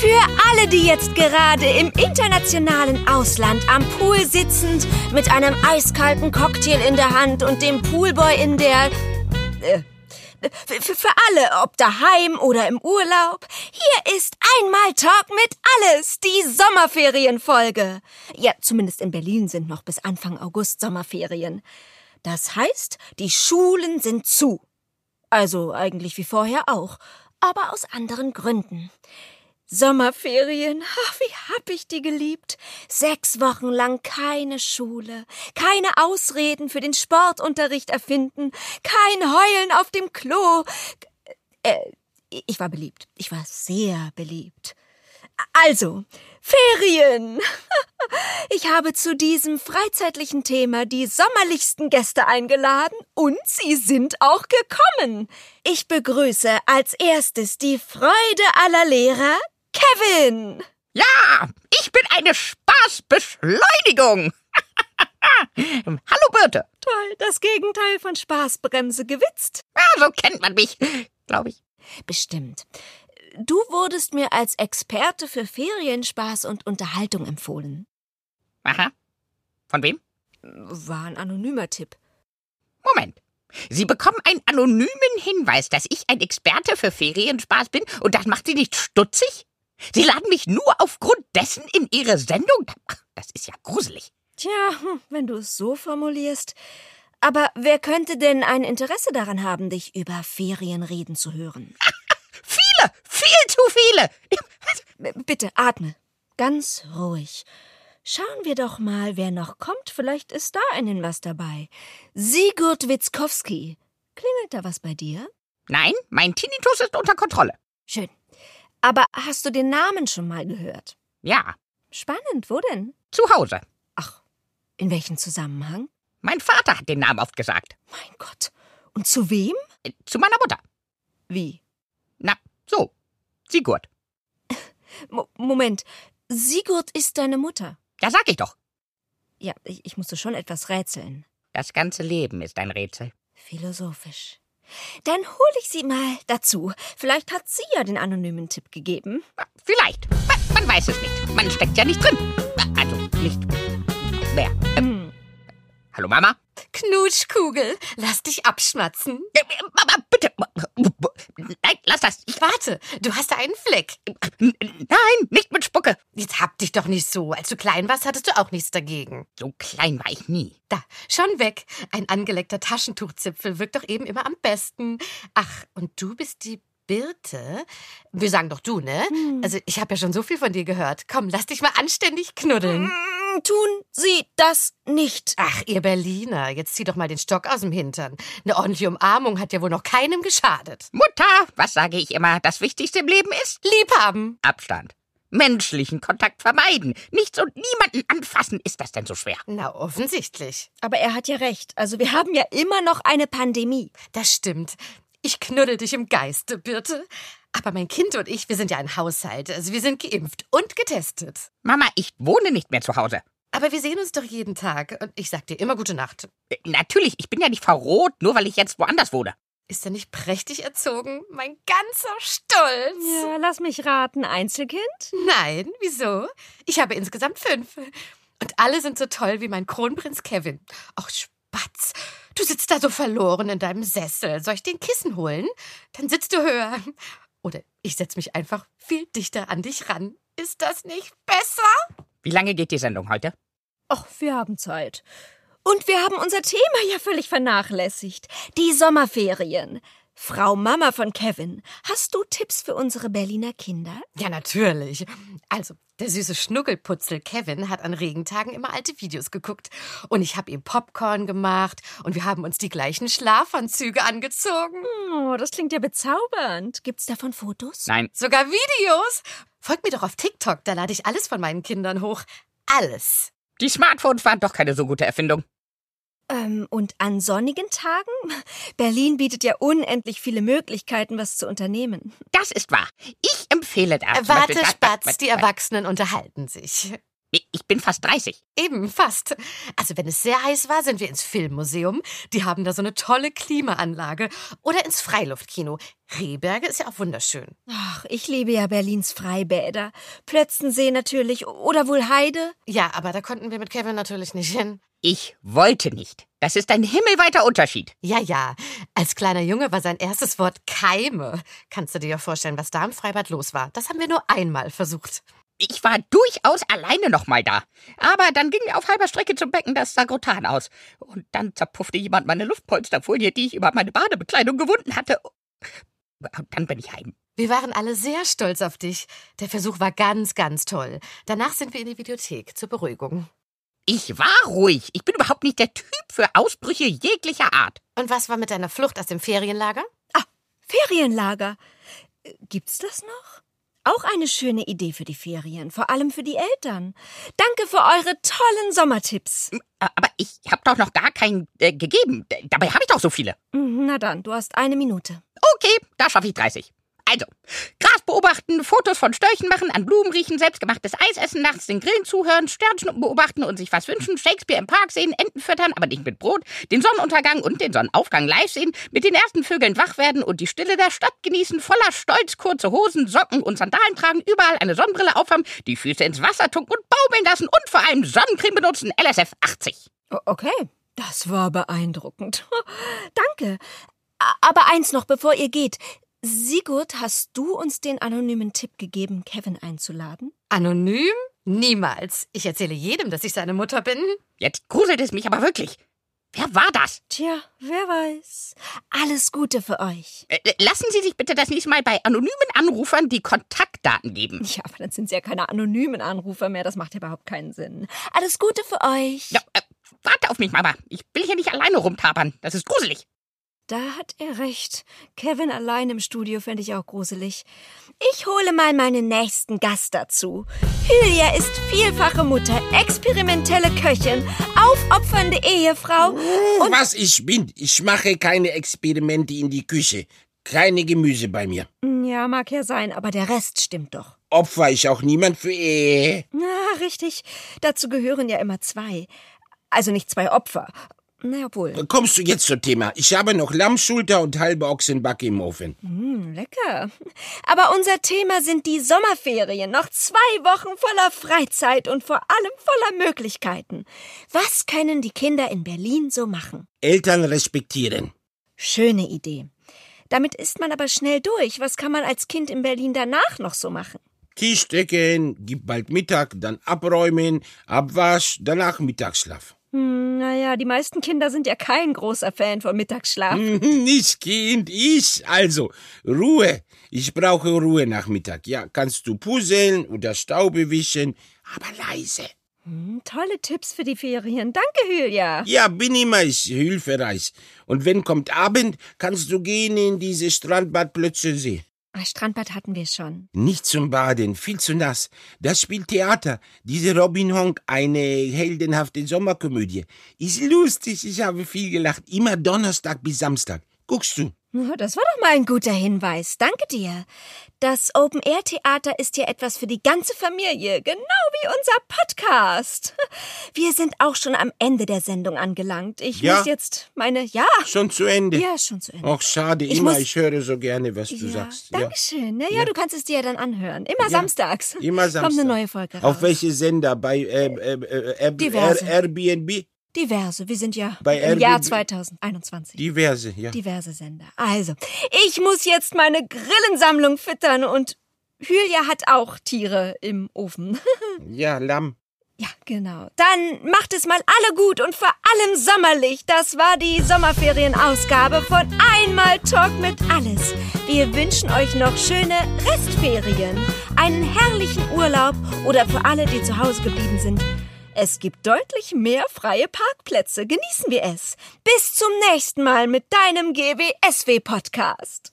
Für alle, die jetzt gerade im internationalen Ausland am Pool sitzend mit einem eiskalten Cocktail in der Hand und dem Poolboy in der... Äh, für, für für alle, ob daheim oder im Urlaub. Hier ist einmal Talk mit alles, die Sommerferienfolge. Ja, zumindest in Berlin sind noch bis Anfang August Sommerferien. Das heißt, die Schulen sind zu. Also eigentlich wie vorher auch, aber aus anderen Gründen. Sommerferien, ach, wie hab ich die geliebt. Sechs Wochen lang keine Schule, keine Ausreden für den Sportunterricht erfinden, kein Heulen auf dem Klo. Äh, ich war beliebt. Ich war sehr beliebt. Also, Ferien. Ich habe zu diesem freizeitlichen Thema die sommerlichsten Gäste eingeladen und sie sind auch gekommen. Ich begrüße als erstes die Freude aller Lehrer, Kevin. Ja, ich bin eine Spaßbeschleunigung. Hallo Birte. Toll, das Gegenteil von Spaßbremse gewitzt. Ah, so kennt man mich, glaube ich. Bestimmt. Du wurdest mir als Experte für Ferienspaß und Unterhaltung empfohlen. Aha. Von wem? War ein anonymer Tipp. Moment. Sie bekommen einen anonymen Hinweis, dass ich ein Experte für Ferienspaß bin und das macht Sie nicht stutzig? Sie laden mich nur aufgrund dessen in Ihre Sendung? Ach, Das ist ja gruselig. Tja, hm, wenn du es so formulierst. Aber wer könnte denn ein Interesse daran haben, dich über Ferien reden zu hören? Viele, viel zu viele. B- Bitte atme. Ganz ruhig. Schauen wir doch mal, wer noch kommt. Vielleicht ist da einen was dabei. Sigurd Witzkowski. Klingelt da was bei dir? Nein, mein Tinnitus ist unter Kontrolle. Schön. Aber hast du den Namen schon mal gehört? Ja, Spannend, wo denn? zu Hause. Ach, in welchem Zusammenhang? Mein Vater hat den Namen oft gesagt. Mein Gott. Und zu wem? Äh, Zu meiner Mutter. Wie? Na, so. Sigurd. Mo- Moment. Sigurd ist deine Mutter. Ja, sag ich doch. Ja, ich, ich musste schon etwas rätseln. Das ganze Leben ist ein Rätsel. Philosophisch. Dann hol ich sie mal dazu. Vielleicht hat sie ja den anonymen Tipp gegeben. Na, Ah, Vielleicht. Man, man weiß es nicht. Man steckt ja nicht drin. Na, Also nicht mehr. Hm. Ähm, hallo Mama? Knutschkugel, lass dich abschmatzen. Äh, äh, Mama, bitte. Nein, lass das. Ich, Warte, du hast da einen Fleck. nein, nicht mit Spucke. Jetzt hab dich doch nicht so. Als du klein warst, hattest du auch nichts dagegen. So klein war ich nie. Da, schon weg. Ein angeleckter Taschentuchzipfel wirkt doch eben immer am besten. Ach, und du bist die Birte? Wir sagen doch du, ne? Also, ich habe ja schon so viel von dir gehört. Komm, lass dich mal anständig knuddeln. Hm, Tun Sie das nicht. Ach, ihr Berliner, jetzt zieh doch mal den Stock aus dem Hintern. Eine ordentliche Umarmung hat ja wohl noch keinem geschadet. Mutter, was sage ich immer? Das Wichtigste im Leben ist Liebhaben. Abstand. Menschlichen Kontakt vermeiden. Nichts und niemanden anfassen. Ist das denn so schwer? Na, offensichtlich. Aber er hat ja recht. Also wir haben ja immer noch eine Pandemie. Das stimmt. Ich knuddel dich im Geiste, Birte. Aber mein Kind und ich, wir sind ja ein Haushalt. Also wir sind geimpft und getestet. Mama, ich wohne nicht mehr zu Hause. Aber wir sehen uns doch jeden Tag. Und ich sag dir immer gute Nacht. Äh, Natürlich, ich bin ja nicht verroht, nur weil ich jetzt woanders wohne. Ist er nicht prächtig erzogen? Mein ganzer Stolz. Ja, lass mich raten, Einzelkind? Nein, wieso? Ich habe insgesamt fünf. Und alle sind so toll wie mein Kronprinz Kevin. Ach, Spatz. Du sitzt da so verloren in deinem Sessel. Soll ich den Kissen holen? Dann sitzt du höher. Oder ich setze mich einfach viel dichter an dich ran. Ist das nicht besser? Wie lange geht die Sendung heute? Ach, wir haben Zeit. Und wir haben unser Thema ja völlig vernachlässigt. Die Sommerferien. Frau Mama von Kevin, hast du Tipps für unsere Berliner Kinder? Ja, natürlich. Also, der süße Schnuckelputzel Kevin hat an Regentagen immer alte Videos geguckt. Und ich habe ihm Popcorn gemacht und wir haben uns die gleichen Schlafanzüge angezogen. Oh, das klingt ja bezaubernd. Gibt's davon Fotos? Nein, Sogar Videos. Folgt mir doch auf TikTok, da lade ich alles von meinen Kindern hoch. Alles. die Smartphones waren doch keine so gute Erfindung. Ähm, und an sonnigen Tagen? Berlin bietet ja unendlich viele Möglichkeiten, was zu unternehmen. Das ist wahr. Ich empfehle da. zum Äh, Warte, Beispiel- Spatz, die Erwachsenen unterhalten sich. Ich bin fast 30. Eben, fast. Also wenn es sehr heiß war, sind wir ins Filmmuseum. Die haben da so eine tolle Klimaanlage. Oder ins Freiluftkino. Rehberge ist ja auch wunderschön. Ach, ich liebe ja Berlins Freibäder. Plötzensee natürlich oder wohl Heide. Ja, aber da konnten wir mit Kevin natürlich nicht hin. Ich wollte nicht. Das ist ein himmelweiter Unterschied. Ja, ja. Als kleiner Junge war sein erstes Wort Keime. Kannst du dir ja vorstellen, was da im Freibad los war? Das haben wir nur einmal versucht. Ich war durchaus alleine nochmal da. Aber dann ging mir auf halber Strecke zum Becken das Sagrotan aus. Und dann zerpuffte jemand meine Luftpolsterfolie, die ich über meine Badebekleidung gewunden hatte. Und dann bin ich heim. Wir waren alle sehr stolz auf dich. Der Versuch war ganz, ganz toll. Danach sind wir in die Videothek zur Beruhigung. Ich war ruhig. Ich bin überhaupt nicht der Typ für Ausbrüche jeglicher Art. Und was war mit deiner Flucht aus dem Ferienlager? Ah, Ferienlager. Äh, Gibt's das noch? Auch eine schöne Idee für die Ferien, vor allem für die Eltern. Danke für eure tollen Sommertipps. Äh, Aber ich habe doch noch gar keinen äh, gegeben. Dabei habe ich doch so viele. Mhm, Na dann, du hast eine Minute. Okay, da schaffe ich 30. Also, Gras beobachten, Fotos von Störchen machen, an Blumen riechen, selbstgemachtes Eis essen, nachts den Grillen zuhören, Sternschnuppen beobachten und sich was wünschen, Shakespeare im Park sehen, Enten füttern, aber nicht mit Brot, den Sonnenuntergang und den Sonnenaufgang live sehen, mit den ersten Vögeln wach werden und die Stille der Stadt genießen, voller Stolz, kurze Hosen, Socken und Sandalen tragen, überall eine Sonnenbrille aufhaben, die Füße ins Wasser tunken und baumeln lassen und vor allem Sonnencreme benutzen, LSF 80. O- Okay. Das war beeindruckend. Danke. A- Aber eins noch, bevor ihr geht. Sigurd, hast du uns den anonymen Tipp gegeben, Kevin einzuladen? Anonym? Niemals. Ich erzähle jedem, dass ich seine Mutter bin. Jetzt gruselt es mich aber wirklich. Wer war das? Tja, wer weiß. Alles Gute für euch. Äh, äh, Lassen Sie sich bitte das nächste Mal bei anonymen Anrufern die Kontaktdaten geben. Ja, aber dann sind sie ja keine anonymen Anrufer mehr. Das macht ja überhaupt keinen Sinn. Alles Gute für euch. Ja, äh, warte auf mich, Mama. Ich will hier nicht alleine rumtapern. Das ist gruselig. Da hat er recht. Kevin allein im Studio fände ich auch gruselig. Ich hole mal meinen nächsten Gast dazu. Hylia ist vielfache Mutter, experimentelle Köchin, aufopfernde Ehefrau und Was ich bin, ich mache keine Experimente in die Küche. Keine Gemüse bei mir. Ja, mag ja sein, aber der Rest stimmt doch. Opfer ich auch niemand für Ehe. Na, richtig. Dazu gehören ja immer zwei. Also nicht zwei Opfer. Na obwohl. Kommst du jetzt zum Thema? Ich habe noch Lammschulter und halbe Ochsenbacke im Ofen. Hm, lecker. Aber unser Thema sind die Sommerferien. Noch zwei Wochen voller Freizeit und vor allem voller Möglichkeiten. Was können die Kinder in Berlin so machen? Eltern respektieren. Schöne Idee. Damit ist man aber schnell durch. Was kann man als Kind in Berlin danach noch so machen? Tisch decken, gib bald Mittag, dann abräumen, Abwasch, danach Mittagsschlaf. Hm, naja, die meisten Kinder sind ja kein großer Fan von Mittagsschlaf. Mhm, Nicht Kind, ich. Also, Ruhe. Ich brauche Ruhe nach Mittag. Ja, kannst du puzzeln oder Staube wischen, aber leise. Hm, tolle Tipps für die Ferien. Danke, Hülya. Ja, bin immer ich hilfreich. Und wenn kommt Abend, kannst du gehen in diese Strandbad Plötzensee. Ah, Strandbad hatten wir schon. Nicht zum Baden, viel zu nass. Das spielt Theater. Diese Robin Honk, eine heldenhafte Sommerkomödie. Ist lustig, ich habe viel gelacht. Immer Donnerstag bis Samstag. Guckst du? Na, Das war doch mal ein guter Hinweis. Danke dir. Das Open-Air-Theater ist ja etwas für die ganze Familie, genau wie unser Podcast. Wir sind auch schon am Ende der Sendung angelangt. Ich Ja. muss jetzt meine. Ja, Schon zu Ende. ja, schon zu Ende. Ach, schade, Ich immer. muss- Ich höre so gerne, was du ja. sagst. Ja. Dankeschön. Ja, ja, du kannst es dir ja dann anhören. Immer samstags. Immer Samstag. Kommt eine neue Folge raus. Auf welche Sender? Bei äh, äh, äh, Air- Diverse. Air- Airbnb? Diverse. Wir sind ja Bei im Jahr RBB 2021. Diverse, ja. diverse Sender. Also, ich muss jetzt meine Grillensammlung füttern und Hülya hat auch Tiere im Ofen. ja, Lamm. ja, genau. Dann macht es mal alle gut und vor allem sommerlich. Das war die Sommerferienausgabe von Einmal Talk mit Alles. Wir wünschen euch noch schöne Restferien, einen herrlichen Urlaub oder für alle, die zu Hause geblieben sind. Es gibt deutlich mehr freie Parkplätze. Genießen wir es. Bis zum nächsten Mal mit deinem GWSW-Podcast.